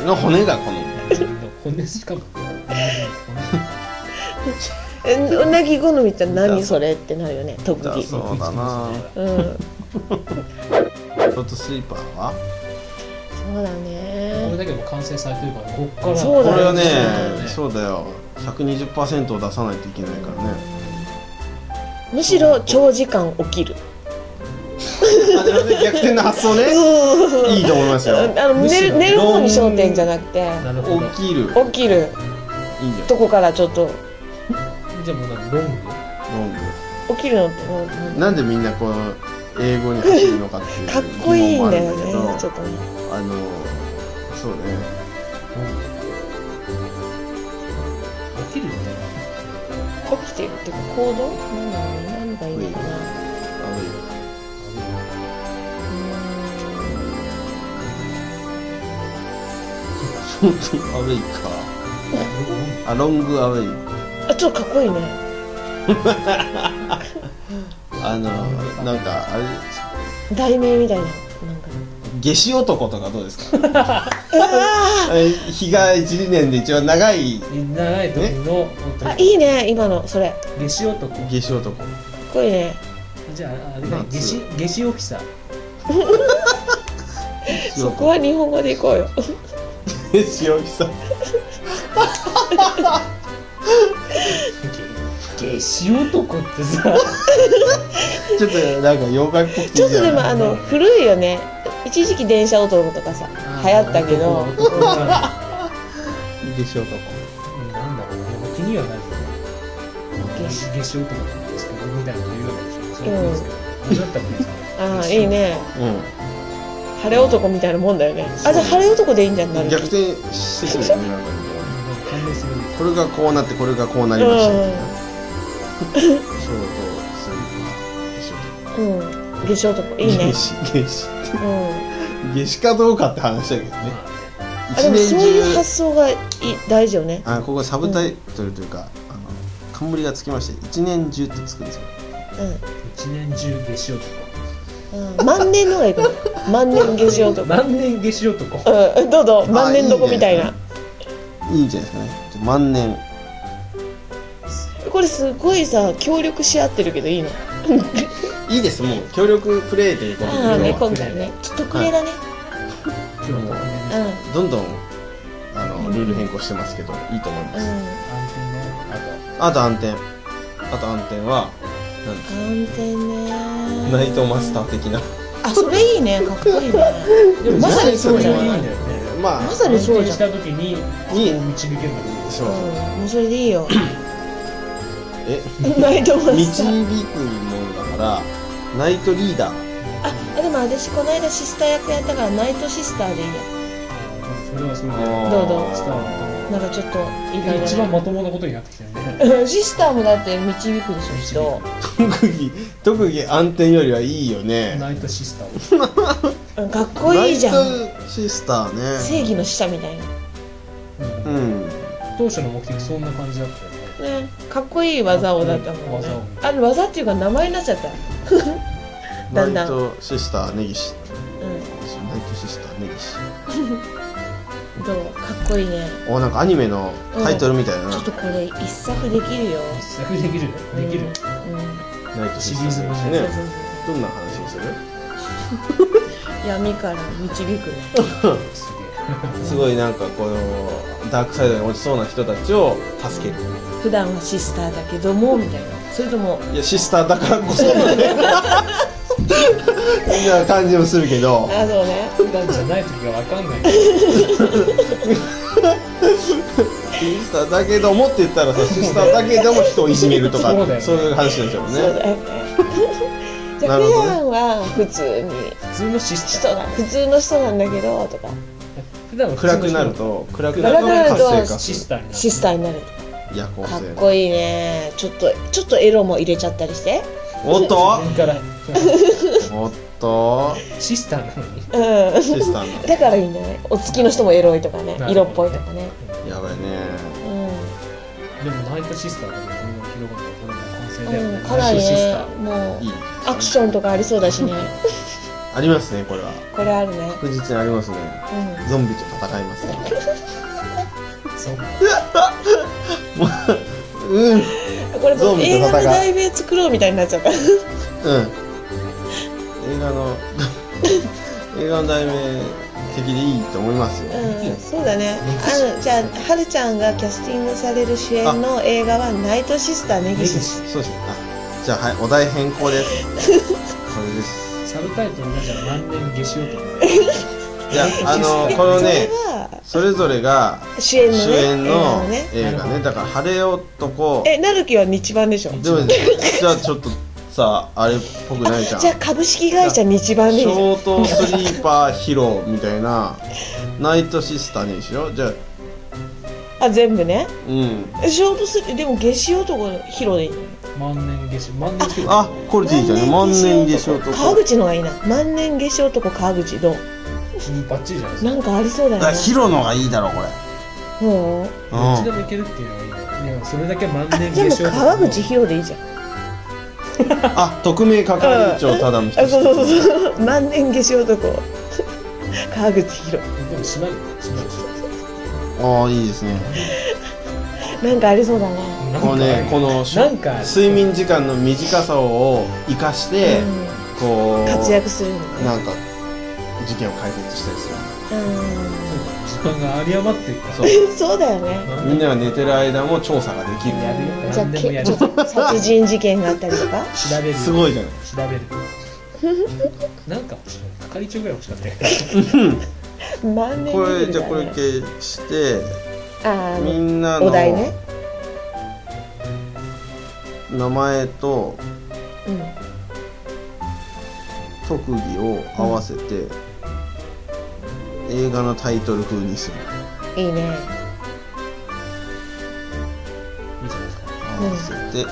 [SPEAKER 1] なの骨が好み
[SPEAKER 3] うなぎの骨しかも。うなぎの
[SPEAKER 2] えうなぎ好みって何それってなるよね特
[SPEAKER 1] だ
[SPEAKER 2] 技
[SPEAKER 1] そうだな
[SPEAKER 2] うん
[SPEAKER 1] ちょっとスリーパーは
[SPEAKER 2] そうだ
[SPEAKER 3] 骨これ
[SPEAKER 2] ね
[SPEAKER 3] だけでも完成されてるから、こっから。
[SPEAKER 2] そう
[SPEAKER 1] こ
[SPEAKER 2] だ
[SPEAKER 1] れ
[SPEAKER 2] よ
[SPEAKER 1] はね
[SPEAKER 3] そう
[SPEAKER 1] そうだよ120%を出さないといけないからね
[SPEAKER 2] むしろ長時間起きる
[SPEAKER 1] あなるほどね逆転の発想ね
[SPEAKER 2] そう (laughs) そうそう
[SPEAKER 1] いいと思いますよ
[SPEAKER 2] あの
[SPEAKER 3] むし
[SPEAKER 2] 寝
[SPEAKER 3] ろ
[SPEAKER 2] る寝る方に焦点じゃなくて
[SPEAKER 3] なるほど。
[SPEAKER 1] 起きる
[SPEAKER 2] 起きる
[SPEAKER 1] いいじゃん
[SPEAKER 2] とこからちょっと
[SPEAKER 3] じゃあもうなんかロ
[SPEAKER 1] ロ
[SPEAKER 3] ング。
[SPEAKER 1] ン
[SPEAKER 2] 起きるのってもう
[SPEAKER 1] グなんでみんなこう英語に走るのかっていう
[SPEAKER 2] かっこいいんだよ
[SPEAKER 1] 疑問もある
[SPEAKER 2] ね
[SPEAKER 1] ん
[SPEAKER 2] ち
[SPEAKER 1] だ
[SPEAKER 2] ょっと
[SPEAKER 1] けど
[SPEAKER 2] ね
[SPEAKER 1] あのそうね
[SPEAKER 3] 起きるみたいな。
[SPEAKER 2] 起きてるっていうか行動なんだろうね何がいいのかな
[SPEAKER 1] あのロングアウェイかあロングアウェイ
[SPEAKER 2] うんあちょっとかっこいいね
[SPEAKER 1] あのなんかあれ
[SPEAKER 2] 題名みたいななんか
[SPEAKER 1] 夏至男とかどうですか
[SPEAKER 2] (laughs) うわ
[SPEAKER 1] え日が1年で一番長い
[SPEAKER 3] 長い時の
[SPEAKER 2] ーあ
[SPEAKER 3] 男。
[SPEAKER 2] いいね今のそれか
[SPEAKER 3] 夏至男。
[SPEAKER 1] 夏至男
[SPEAKER 2] っこいいね
[SPEAKER 3] じゃあ、あれだね夏至、夏至オフィサー。
[SPEAKER 2] そこは日本語でいこうよ
[SPEAKER 1] 夏至男さん
[SPEAKER 3] 夏至男ってさ。
[SPEAKER 1] ちょっとなんか洋楽っぽくて
[SPEAKER 2] ち
[SPEAKER 1] い
[SPEAKER 2] ょ
[SPEAKER 1] い
[SPEAKER 2] っ
[SPEAKER 1] じゃな
[SPEAKER 2] とで
[SPEAKER 1] い
[SPEAKER 2] もあの古いよね一時期電車男とかさ流行ったけど
[SPEAKER 3] 男は
[SPEAKER 1] 夏至男
[SPEAKER 3] うんなんだろうね、まあ気にはなるよね。
[SPEAKER 2] 夏
[SPEAKER 3] 夏至男なんですけど、みたいなこと言うわけでしょ。そういうことですよ。どうなったらいいですか
[SPEAKER 2] ああいいね
[SPEAKER 1] う
[SPEAKER 2] 晴れ男みたいなもんだよねあじゃあ晴れ男でいいんじゃんなる
[SPEAKER 1] ん逆転してくるよねなんかね
[SPEAKER 3] うん関連するんです
[SPEAKER 1] これがこうなってこれがこうなりましたみたいなショートスリー
[SPEAKER 2] うん夏至男いい
[SPEAKER 1] パー
[SPEAKER 2] ね
[SPEAKER 1] 夏至夏至
[SPEAKER 2] うん
[SPEAKER 1] 夏至かどうかって話だけどね
[SPEAKER 3] まあね
[SPEAKER 2] あでもそういう発想がい大事よね
[SPEAKER 1] あここサブタイトルというか、あの冠がつきまして一年中ってつくんですよ
[SPEAKER 3] 一年中夏至男。
[SPEAKER 2] うん、うん、万年のがいいかも万年夏至男
[SPEAKER 3] 万年夏至男。
[SPEAKER 2] うんどうぞ万年どこみたい
[SPEAKER 1] あい
[SPEAKER 2] ない
[SPEAKER 1] いいんじゃないですかねじゃあ万年
[SPEAKER 2] これすごいさ協力し合ってるけどいいの
[SPEAKER 1] いいですもう協力プレイということで
[SPEAKER 2] ああね
[SPEAKER 1] 今日は
[SPEAKER 2] 今回ねきっとくれだね、
[SPEAKER 3] 今日も特別に
[SPEAKER 2] うん
[SPEAKER 1] どんどんあのルール変更してますけどいいと思います、
[SPEAKER 2] う
[SPEAKER 3] 安定ね
[SPEAKER 1] あと暗転あと暗転はなんです
[SPEAKER 2] ん安定ね
[SPEAKER 1] ナイトマスター的な
[SPEAKER 2] あそれいいねかっこいいね
[SPEAKER 3] あと。でも
[SPEAKER 2] まさにそうじゃ
[SPEAKER 1] ない
[SPEAKER 3] いいんだよね。
[SPEAKER 1] ま
[SPEAKER 2] ま
[SPEAKER 1] あ
[SPEAKER 2] さにそうじゃん
[SPEAKER 3] 安定した時に、
[SPEAKER 1] いい
[SPEAKER 3] こう導けるんだけど。
[SPEAKER 1] そううん
[SPEAKER 2] もうそれでいいよ
[SPEAKER 1] え
[SPEAKER 2] ナイトマスタ
[SPEAKER 1] 導
[SPEAKER 2] ー
[SPEAKER 1] くものだからナイトリーダー
[SPEAKER 2] あでも私この間シスター役やったからナイトシスターでいい
[SPEAKER 3] それはそれ
[SPEAKER 1] あー
[SPEAKER 3] で。
[SPEAKER 2] どうぞ
[SPEAKER 3] 伝わると思う
[SPEAKER 2] やなんかちょっと意外
[SPEAKER 3] 一番
[SPEAKER 2] だ
[SPEAKER 3] まともなことになってきてるね。
[SPEAKER 2] ね (laughs) シスターもだって導くでしょ
[SPEAKER 1] 特技特技暗転よりはいいよね
[SPEAKER 3] ナイトシスターを。
[SPEAKER 2] うんかっこいいじゃん
[SPEAKER 1] ライトシスターね
[SPEAKER 2] 正義の使者みたいな、
[SPEAKER 3] うん
[SPEAKER 1] うん
[SPEAKER 3] 当初の目的そんな感じだったよね
[SPEAKER 2] ね、かっこいい技をだったもんね
[SPEAKER 3] 技を
[SPEAKER 2] あれ技っていうか名前になっちゃった、だ
[SPEAKER 1] ラ
[SPEAKER 2] ん
[SPEAKER 1] イ
[SPEAKER 2] だん
[SPEAKER 1] トシスター根岸
[SPEAKER 2] う
[SPEAKER 1] ライトシスター根岸
[SPEAKER 2] ん、どうかっこいいね
[SPEAKER 1] おなんかアニメのタイトルみたいだ
[SPEAKER 2] ち
[SPEAKER 1] な、
[SPEAKER 2] ょっとこれ一作できるよ、
[SPEAKER 3] 一作できるできる、
[SPEAKER 2] うんうん
[SPEAKER 1] ライトシスター根岸
[SPEAKER 2] そう
[SPEAKER 1] ね
[SPEAKER 2] そう
[SPEAKER 1] どんな話をする
[SPEAKER 2] そう闇から導くね
[SPEAKER 3] す
[SPEAKER 1] すごいなんかこのダークサイドに落ちそうな人たちを助ける
[SPEAKER 2] 普段はシスターだけどもみたいなそれとも
[SPEAKER 1] いやシスターだからこそみたいな感じもするけど
[SPEAKER 2] あそうね
[SPEAKER 3] げえ普段じゃない時がわかんないけ
[SPEAKER 1] シスターだけどもって言ったらさシスターだけども人をいじめるとか
[SPEAKER 3] そうだよね
[SPEAKER 1] そういう話なんでしょう
[SPEAKER 2] そう
[SPEAKER 1] ね
[SPEAKER 2] だよねじゃ
[SPEAKER 1] な
[SPEAKER 2] あ
[SPEAKER 1] る
[SPEAKER 2] 普
[SPEAKER 1] ほどね
[SPEAKER 2] 段は普通に
[SPEAKER 3] ど普通のシス
[SPEAKER 2] 人
[SPEAKER 3] ター
[SPEAKER 2] な普通の人なんだけどとか
[SPEAKER 3] 普段は普通
[SPEAKER 1] 暗
[SPEAKER 3] の
[SPEAKER 1] く
[SPEAKER 3] 人
[SPEAKER 1] なると暗くなると活性化
[SPEAKER 3] シス
[SPEAKER 1] す
[SPEAKER 3] ターになる
[SPEAKER 2] シスターになる
[SPEAKER 1] る夜行
[SPEAKER 2] かっ
[SPEAKER 1] 性
[SPEAKER 2] こいいねちょっとちょっとエロも入れちゃったりして
[SPEAKER 1] おっと
[SPEAKER 3] 自分から
[SPEAKER 1] おっと
[SPEAKER 3] シスターなのに
[SPEAKER 2] う
[SPEAKER 1] シスター
[SPEAKER 2] んだからいいんじゃないお月の人もエロいとかね
[SPEAKER 3] なる
[SPEAKER 2] 色
[SPEAKER 3] ほど
[SPEAKER 2] っぽいとかね
[SPEAKER 1] のやばいね
[SPEAKER 2] うん、
[SPEAKER 3] でもナイトシスターがこんな広がったこれも完成だよ
[SPEAKER 2] う
[SPEAKER 3] ね
[SPEAKER 2] ん、かなり
[SPEAKER 3] ナイトシス
[SPEAKER 2] ね
[SPEAKER 3] ター
[SPEAKER 2] もう
[SPEAKER 1] いい
[SPEAKER 2] アクションとかありそうだしね
[SPEAKER 1] ありますねこれは
[SPEAKER 2] これあるね
[SPEAKER 1] 確実にありますね
[SPEAKER 2] う
[SPEAKER 1] ゾンビと戦いますね
[SPEAKER 3] そう
[SPEAKER 1] うん
[SPEAKER 2] んこれ
[SPEAKER 1] ゾンビと
[SPEAKER 2] 映画の
[SPEAKER 1] 戦う
[SPEAKER 2] 題名作ろうみたいになっちゃった
[SPEAKER 1] うん。映画の (laughs) 映画の題名的でいいと思いますよ。
[SPEAKER 2] うん、そうだね。あの、じゃあ、はるちゃんがキャスティングされる主演の映画は、ナイトシスターネギシです。
[SPEAKER 1] そうですね。あ、じゃあはいお題変更
[SPEAKER 2] (laughs)
[SPEAKER 1] です。それです。
[SPEAKER 3] サブタイトルがじゃあ万年夏至男
[SPEAKER 1] じゃ
[SPEAKER 2] (laughs)
[SPEAKER 1] ああの
[SPEAKER 2] え
[SPEAKER 1] この
[SPEAKER 2] それ
[SPEAKER 1] ね
[SPEAKER 2] は、
[SPEAKER 1] それぞれが
[SPEAKER 2] 主演のね、
[SPEAKER 1] 主演
[SPEAKER 2] 映画
[SPEAKER 1] の
[SPEAKER 2] のね。
[SPEAKER 1] 映画ね。だから晴れ男。
[SPEAKER 2] え、なるきは日版でしょ
[SPEAKER 1] でもじゃあちょっとさあれっぽくないじゃん。
[SPEAKER 2] じゃあ、株式会社日版でいい
[SPEAKER 1] シ
[SPEAKER 2] じゃん。
[SPEAKER 1] ョートスリーパーヒローみたいなナイトシスターにしよう。じゃあ
[SPEAKER 2] あ、全部ね。
[SPEAKER 1] うん。
[SPEAKER 2] えショートスリー、でも、夏至男のヒロでいいの。
[SPEAKER 3] 万年夏至万年夏至
[SPEAKER 1] あこれでいいじゃん。万年夏至男。
[SPEAKER 2] 川口のがいいな。万年夏至男川口どう
[SPEAKER 3] 君バッチリじゃないです
[SPEAKER 2] なんかありそうだ
[SPEAKER 1] だから
[SPEAKER 2] よね。
[SPEAKER 1] ヒロのがいいだろこれ。
[SPEAKER 2] もう
[SPEAKER 1] う
[SPEAKER 3] かどっちで
[SPEAKER 1] ん。
[SPEAKER 3] もいけるっていうのはいいねでもそれだけ万
[SPEAKER 2] あ、
[SPEAKER 3] 年
[SPEAKER 2] で
[SPEAKER 3] 夏至
[SPEAKER 2] も
[SPEAKER 3] 男
[SPEAKER 2] 川口ヒロでいいじゃん。
[SPEAKER 1] あ、匿名係長ただの人。
[SPEAKER 2] あ、そうそうそうそう。万年夏至男。 (laughs) 川口ヒロ。
[SPEAKER 3] でもしないしないでしょ
[SPEAKER 1] ああ、いいですね。
[SPEAKER 2] なんかありそうだね。
[SPEAKER 3] なんか
[SPEAKER 1] このね、このし
[SPEAKER 3] なんか
[SPEAKER 1] 睡眠時間の短さを生かして、
[SPEAKER 2] う
[SPEAKER 1] こ
[SPEAKER 2] ん、
[SPEAKER 1] う
[SPEAKER 2] 活躍するのね。
[SPEAKER 1] なんか事件を解決したりする。
[SPEAKER 3] 時間が有り余ってるから
[SPEAKER 1] そう。
[SPEAKER 2] うん、そうだよね。
[SPEAKER 1] (laughs) みんなが寝てる間も調査ができる。
[SPEAKER 3] やるよ
[SPEAKER 2] じゃあ
[SPEAKER 3] 何でもや
[SPEAKER 2] け
[SPEAKER 3] る
[SPEAKER 2] ちょっと殺人事件があったりとか。
[SPEAKER 3] 調べる
[SPEAKER 1] すごいじゃない。
[SPEAKER 3] 調
[SPEAKER 2] (laughs)
[SPEAKER 3] べるなんか欲しかった係長ぐらい欲しかったよ
[SPEAKER 2] 万年
[SPEAKER 1] こ
[SPEAKER 2] ルー
[SPEAKER 1] れ
[SPEAKER 2] ル
[SPEAKER 1] じ
[SPEAKER 2] だ
[SPEAKER 1] ゃあ
[SPEAKER 2] ね
[SPEAKER 1] これ消して
[SPEAKER 2] あ
[SPEAKER 1] み
[SPEAKER 2] ー
[SPEAKER 1] んな
[SPEAKER 2] あの
[SPEAKER 1] の
[SPEAKER 2] お題ね。
[SPEAKER 1] 名前と
[SPEAKER 2] うん。
[SPEAKER 1] 特技を合わせて、映画のタイトル風にする。
[SPEAKER 2] いいね。
[SPEAKER 3] いいじゃないですか
[SPEAKER 1] 合わせて、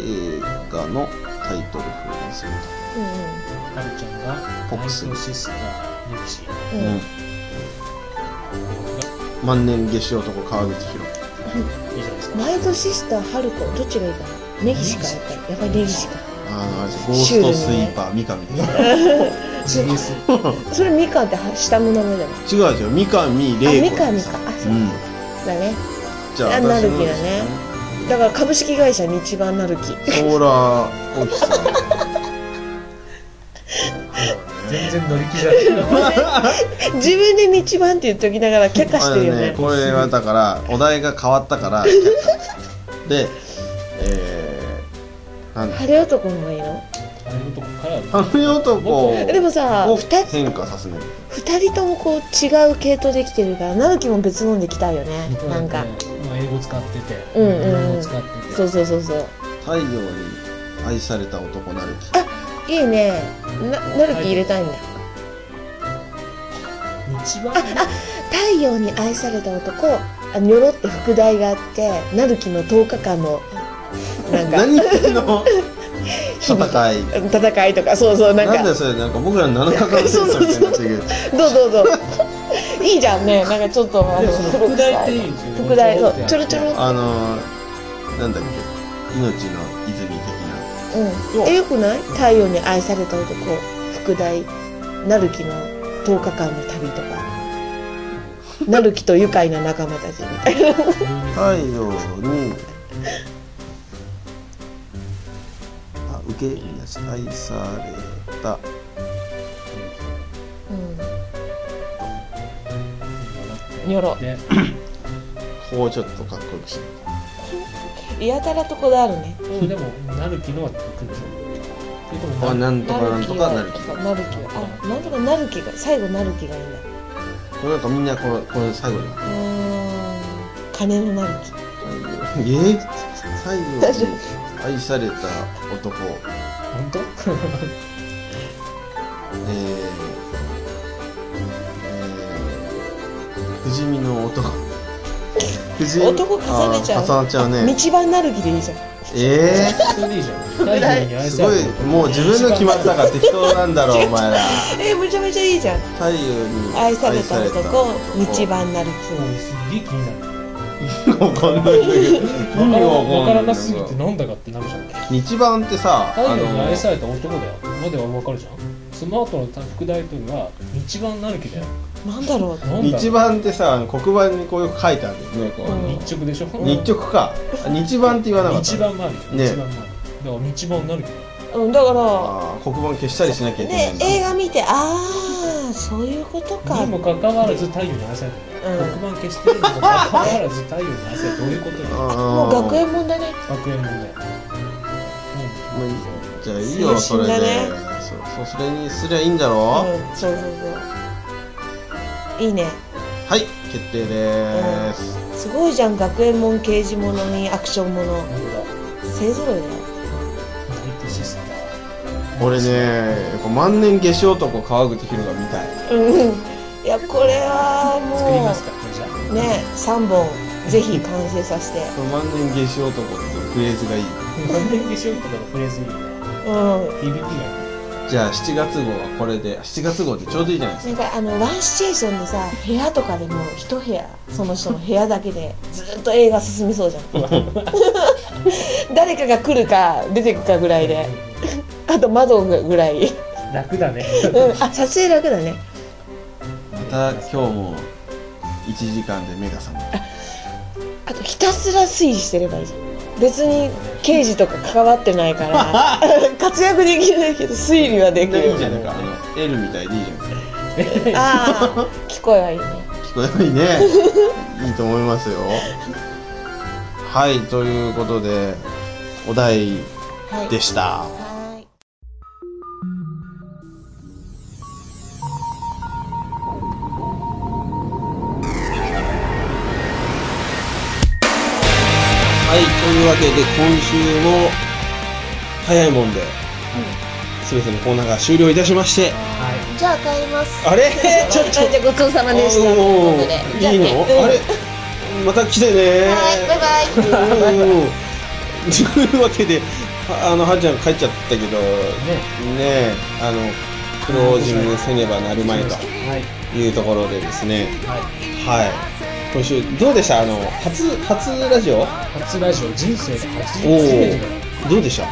[SPEAKER 1] 映画のタイトル風にする
[SPEAKER 2] う
[SPEAKER 3] タルちゃんが
[SPEAKER 1] ポッ
[SPEAKER 3] ナイ
[SPEAKER 1] プ
[SPEAKER 3] ト
[SPEAKER 1] ス
[SPEAKER 3] シスターネキシ
[SPEAKER 1] と、
[SPEAKER 2] んうん。うん。
[SPEAKER 1] うん万年夏至男川口博
[SPEAKER 3] いいじゃないですか
[SPEAKER 2] ナイトシスターハルコどっちがいいかな。ネギシかやっぱり。やっぱりネギシか。
[SPEAKER 1] あのあれですゴーストスイーパー三上で
[SPEAKER 3] シリーズ
[SPEAKER 2] それみかんっては下の名前だね。
[SPEAKER 1] す違う違う三上玲子
[SPEAKER 2] あ三上
[SPEAKER 1] で
[SPEAKER 2] か
[SPEAKER 1] す
[SPEAKER 2] あそう
[SPEAKER 1] うん
[SPEAKER 2] だね。
[SPEAKER 1] じゃあ
[SPEAKER 2] あ
[SPEAKER 1] 私
[SPEAKER 2] なる
[SPEAKER 1] の
[SPEAKER 2] きだねだから株式会社日版なるき。
[SPEAKER 1] ソーラーオフィス
[SPEAKER 2] (laughs)
[SPEAKER 3] 全然乗り気じゃない
[SPEAKER 2] (laughs) 自分で日版って言っときながら却下してるよ
[SPEAKER 1] あの
[SPEAKER 2] ね。
[SPEAKER 1] これはだからお題が変わった
[SPEAKER 2] (laughs)
[SPEAKER 1] からでえー、なんだ
[SPEAKER 2] 晴れ男の方がいいの
[SPEAKER 3] あのとこから
[SPEAKER 1] あの男を
[SPEAKER 2] でもさ
[SPEAKER 1] を
[SPEAKER 2] 二つ
[SPEAKER 1] 変化させない
[SPEAKER 2] 二人ともこう違う系統できてるからなるきも別のんできたいよねなんか
[SPEAKER 3] まあ英語使ってて
[SPEAKER 2] うんうんうん
[SPEAKER 3] 英語使ってて
[SPEAKER 2] そうそうそうそう
[SPEAKER 1] 太陽に愛された男なるき
[SPEAKER 2] いいねななるき入れたいんだ
[SPEAKER 3] 一番
[SPEAKER 2] 太陽に愛された男あにょろって副題があってなるきの10日間のなんか
[SPEAKER 1] (laughs) 何の
[SPEAKER 2] 秘
[SPEAKER 1] 戦い
[SPEAKER 2] 戦いとかそうそうなん
[SPEAKER 1] なん
[SPEAKER 2] か
[SPEAKER 1] だよそれなんか僕らの7日間戦争みたいになってる
[SPEAKER 2] どうぞどうぞいいじゃんねなんかちょっとあ
[SPEAKER 3] で
[SPEAKER 2] の
[SPEAKER 3] もその副題っていいんですよね
[SPEAKER 2] 副題そう
[SPEAKER 3] ちょろちょろ
[SPEAKER 2] ちょろちょ
[SPEAKER 1] けどあのー、なんだっけ命の泉的
[SPEAKER 2] うんえよくない太陽に愛された男副題なるきの10日間の旅 (laughs) とかなるきと愉快な仲間たちみたいな
[SPEAKER 1] な太陽にあ受け入れした愛された
[SPEAKER 2] うんよろ
[SPEAKER 3] ね
[SPEAKER 1] ここをちょっとかっこよくしよ
[SPEAKER 2] やたらとこだわるね
[SPEAKER 3] そうでもなるきのは得でしょっていうこと
[SPEAKER 1] うあ
[SPEAKER 3] も
[SPEAKER 1] な
[SPEAKER 3] な
[SPEAKER 1] んとかなんとかなるき
[SPEAKER 2] はなるきはあなんとかなるきが最後なるきがいいんだ
[SPEAKER 1] これなんかみんなこのこの最後に
[SPEAKER 2] うーん金のなるき
[SPEAKER 1] (laughs) 太陽え太陽に愛された男
[SPEAKER 3] 本当
[SPEAKER 1] えーえー、不死身の
[SPEAKER 2] (laughs)
[SPEAKER 1] 男不死身
[SPEAKER 2] 男重ねちゃう
[SPEAKER 1] あー重なっちゃうね
[SPEAKER 2] 道場なるきでいいじゃん
[SPEAKER 1] え
[SPEAKER 3] それでいいじゃん太陽に
[SPEAKER 1] ー、
[SPEAKER 3] 愛
[SPEAKER 1] す
[SPEAKER 3] さ
[SPEAKER 1] ご
[SPEAKER 3] れ
[SPEAKER 1] い
[SPEAKER 3] てる
[SPEAKER 1] もう自分の決まったから適当なんだ
[SPEAKER 2] (laughs)
[SPEAKER 1] ろうお前ら
[SPEAKER 2] えめちゃめちゃいいじゃん
[SPEAKER 1] 太陽に
[SPEAKER 2] 愛された男道
[SPEAKER 1] 場
[SPEAKER 2] 場なる
[SPEAKER 3] そうすっげえ気になる
[SPEAKER 1] わかんないんだけど意味わかんない
[SPEAKER 3] わからなすぎてなんだかってなるじゃん
[SPEAKER 1] 日版ってさ
[SPEAKER 3] 太陽に愛
[SPEAKER 1] あ
[SPEAKER 3] された男だよまではわかるじゃんその後の副大統領は一番なるきだよ
[SPEAKER 2] きなんだろう
[SPEAKER 3] な
[SPEAKER 1] の
[SPEAKER 3] んだ
[SPEAKER 1] 日版ってさ黒板にこうよく書いてあるんだよねこう、
[SPEAKER 2] うん
[SPEAKER 3] 日直でしょ
[SPEAKER 1] 日直かあ日版って言わなかった
[SPEAKER 3] 一番前日
[SPEAKER 1] ね
[SPEAKER 3] 一番前だから日版になるけど
[SPEAKER 2] うんだから
[SPEAKER 1] あー黒板消したりしなきゃいけない
[SPEAKER 2] で
[SPEAKER 1] んだ
[SPEAKER 2] 映画見てああそういうことか
[SPEAKER 3] にもかかわらず太陽に愛されてる
[SPEAKER 2] うん
[SPEAKER 3] 黒板消してるにもかかわらず太陽に愛されてるどういうことよ
[SPEAKER 1] あー
[SPEAKER 2] もう学園もんだね
[SPEAKER 3] 学園問題
[SPEAKER 1] まあいいじゃあいいよそれで、
[SPEAKER 2] 青春だね
[SPEAKER 1] そそそれにすりゃいいんだろう、
[SPEAKER 2] うんそうそうそういいね
[SPEAKER 1] はい決定です、
[SPEAKER 2] すごいじゃん学園もん刑事ものにアクションもの
[SPEAKER 3] うんなんだ
[SPEAKER 2] 勢ぞろいだよ
[SPEAKER 3] ナイトシスター
[SPEAKER 1] 俺ねこう万年夏至男川口博が見たい
[SPEAKER 2] うんいやこれは
[SPEAKER 3] 作ります
[SPEAKER 2] も
[SPEAKER 3] かじゃ
[SPEAKER 2] うね3本ぜひ完成させて
[SPEAKER 1] この万年夏至男っていうフレーズがいい
[SPEAKER 3] あ何年でしょうとかのフレーズいいね
[SPEAKER 2] うん
[SPEAKER 3] PVP が
[SPEAKER 1] じゃあ7月号はこれで7月号ってちょうどいいじゃないです
[SPEAKER 2] なんかあのワンシチュエーションでさ部屋とかでもう一部屋その人の部屋だけでずーっと映画進みそうじゃん誰かが来るか出てくかぐらいであと窓ぐらい、うん、
[SPEAKER 3] 楽だね
[SPEAKER 2] あ撮影楽だね
[SPEAKER 1] かまた今日も1時間で目が覚める
[SPEAKER 2] あとひたすら推移してればいいじゃん別に刑事とか関わってないから
[SPEAKER 1] (laughs)
[SPEAKER 2] 活躍できないけど推理はできる
[SPEAKER 1] いいじゃないかあの L みたいでいいじゃないです
[SPEAKER 2] ああ聞こえはいいね
[SPEAKER 1] か聞こえないね (laughs) いいと思いますよはいということでお題
[SPEAKER 2] はい
[SPEAKER 1] でした、
[SPEAKER 2] はい
[SPEAKER 1] はい、というわけで今週も早いもんで、全てのコーナーが終了いたしまして、
[SPEAKER 3] (laughs) は
[SPEAKER 2] じゃあ帰ります
[SPEAKER 1] あれちょっと、
[SPEAKER 2] じゃあごちそうさまでしたという
[SPEAKER 1] お
[SPEAKER 2] ことでじゃ
[SPEAKER 1] ーいいの、
[SPEAKER 2] ね
[SPEAKER 1] あれまた来てね
[SPEAKER 2] はいバイバ
[SPEAKER 1] う
[SPEAKER 2] イ
[SPEAKER 1] ん (laughs) というわけで、はあの、はるちゃん帰っちゃったけど、ね
[SPEAKER 3] いね
[SPEAKER 1] え、あの、クロージングせねばなるまいと
[SPEAKER 3] はい
[SPEAKER 1] いうところでですね、
[SPEAKER 3] はい
[SPEAKER 1] はい。今週、どうでしたあの、初、初ラジオ
[SPEAKER 3] 初ラジオ人生で初
[SPEAKER 1] お
[SPEAKER 3] めてだよ
[SPEAKER 1] お、どうでした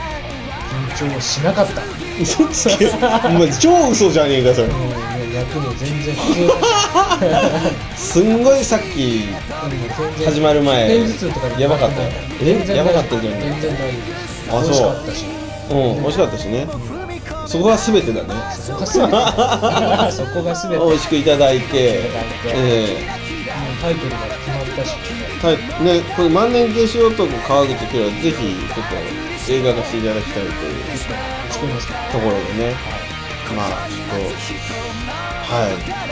[SPEAKER 3] 緊張しなかった
[SPEAKER 1] 嘘つ (laughs) けよお前超嘘じゃねえかそれ
[SPEAKER 3] もうね役も全然普通だ
[SPEAKER 1] すんごいさっき
[SPEAKER 3] し
[SPEAKER 1] 始まる前
[SPEAKER 3] 平日とか
[SPEAKER 1] やばかったよ
[SPEAKER 3] 全然
[SPEAKER 1] えやばかったじゃん
[SPEAKER 3] 全然大丈夫
[SPEAKER 1] あそう
[SPEAKER 3] 美味しかったし
[SPEAKER 1] うん美味しかったしねそこが全てだね
[SPEAKER 3] (laughs) そこが全てそこが全て
[SPEAKER 1] 美味しくいただいてえ
[SPEAKER 3] もうタイトルが決まったし
[SPEAKER 1] えたねこれ万年夏至男川口家はぜひちょっと映画化していただきたいという
[SPEAKER 3] 作りました
[SPEAKER 1] ところでねまあちょっとはい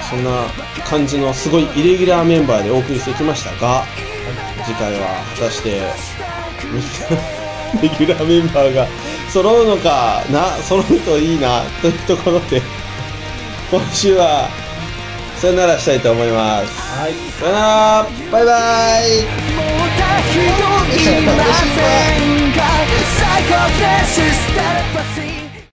[SPEAKER 1] そんな感じのすごいイレギュラーメンバーでお送りしてきましたが次回は果たして (laughs) みんなレギュラーメンバーが揃うのかな揃うといいなというところで (laughs) 今週はさよならしたいと思います
[SPEAKER 3] はい
[SPEAKER 1] さよならバイバイ
[SPEAKER 4] もう抱きよいませんが最高 precious telepathy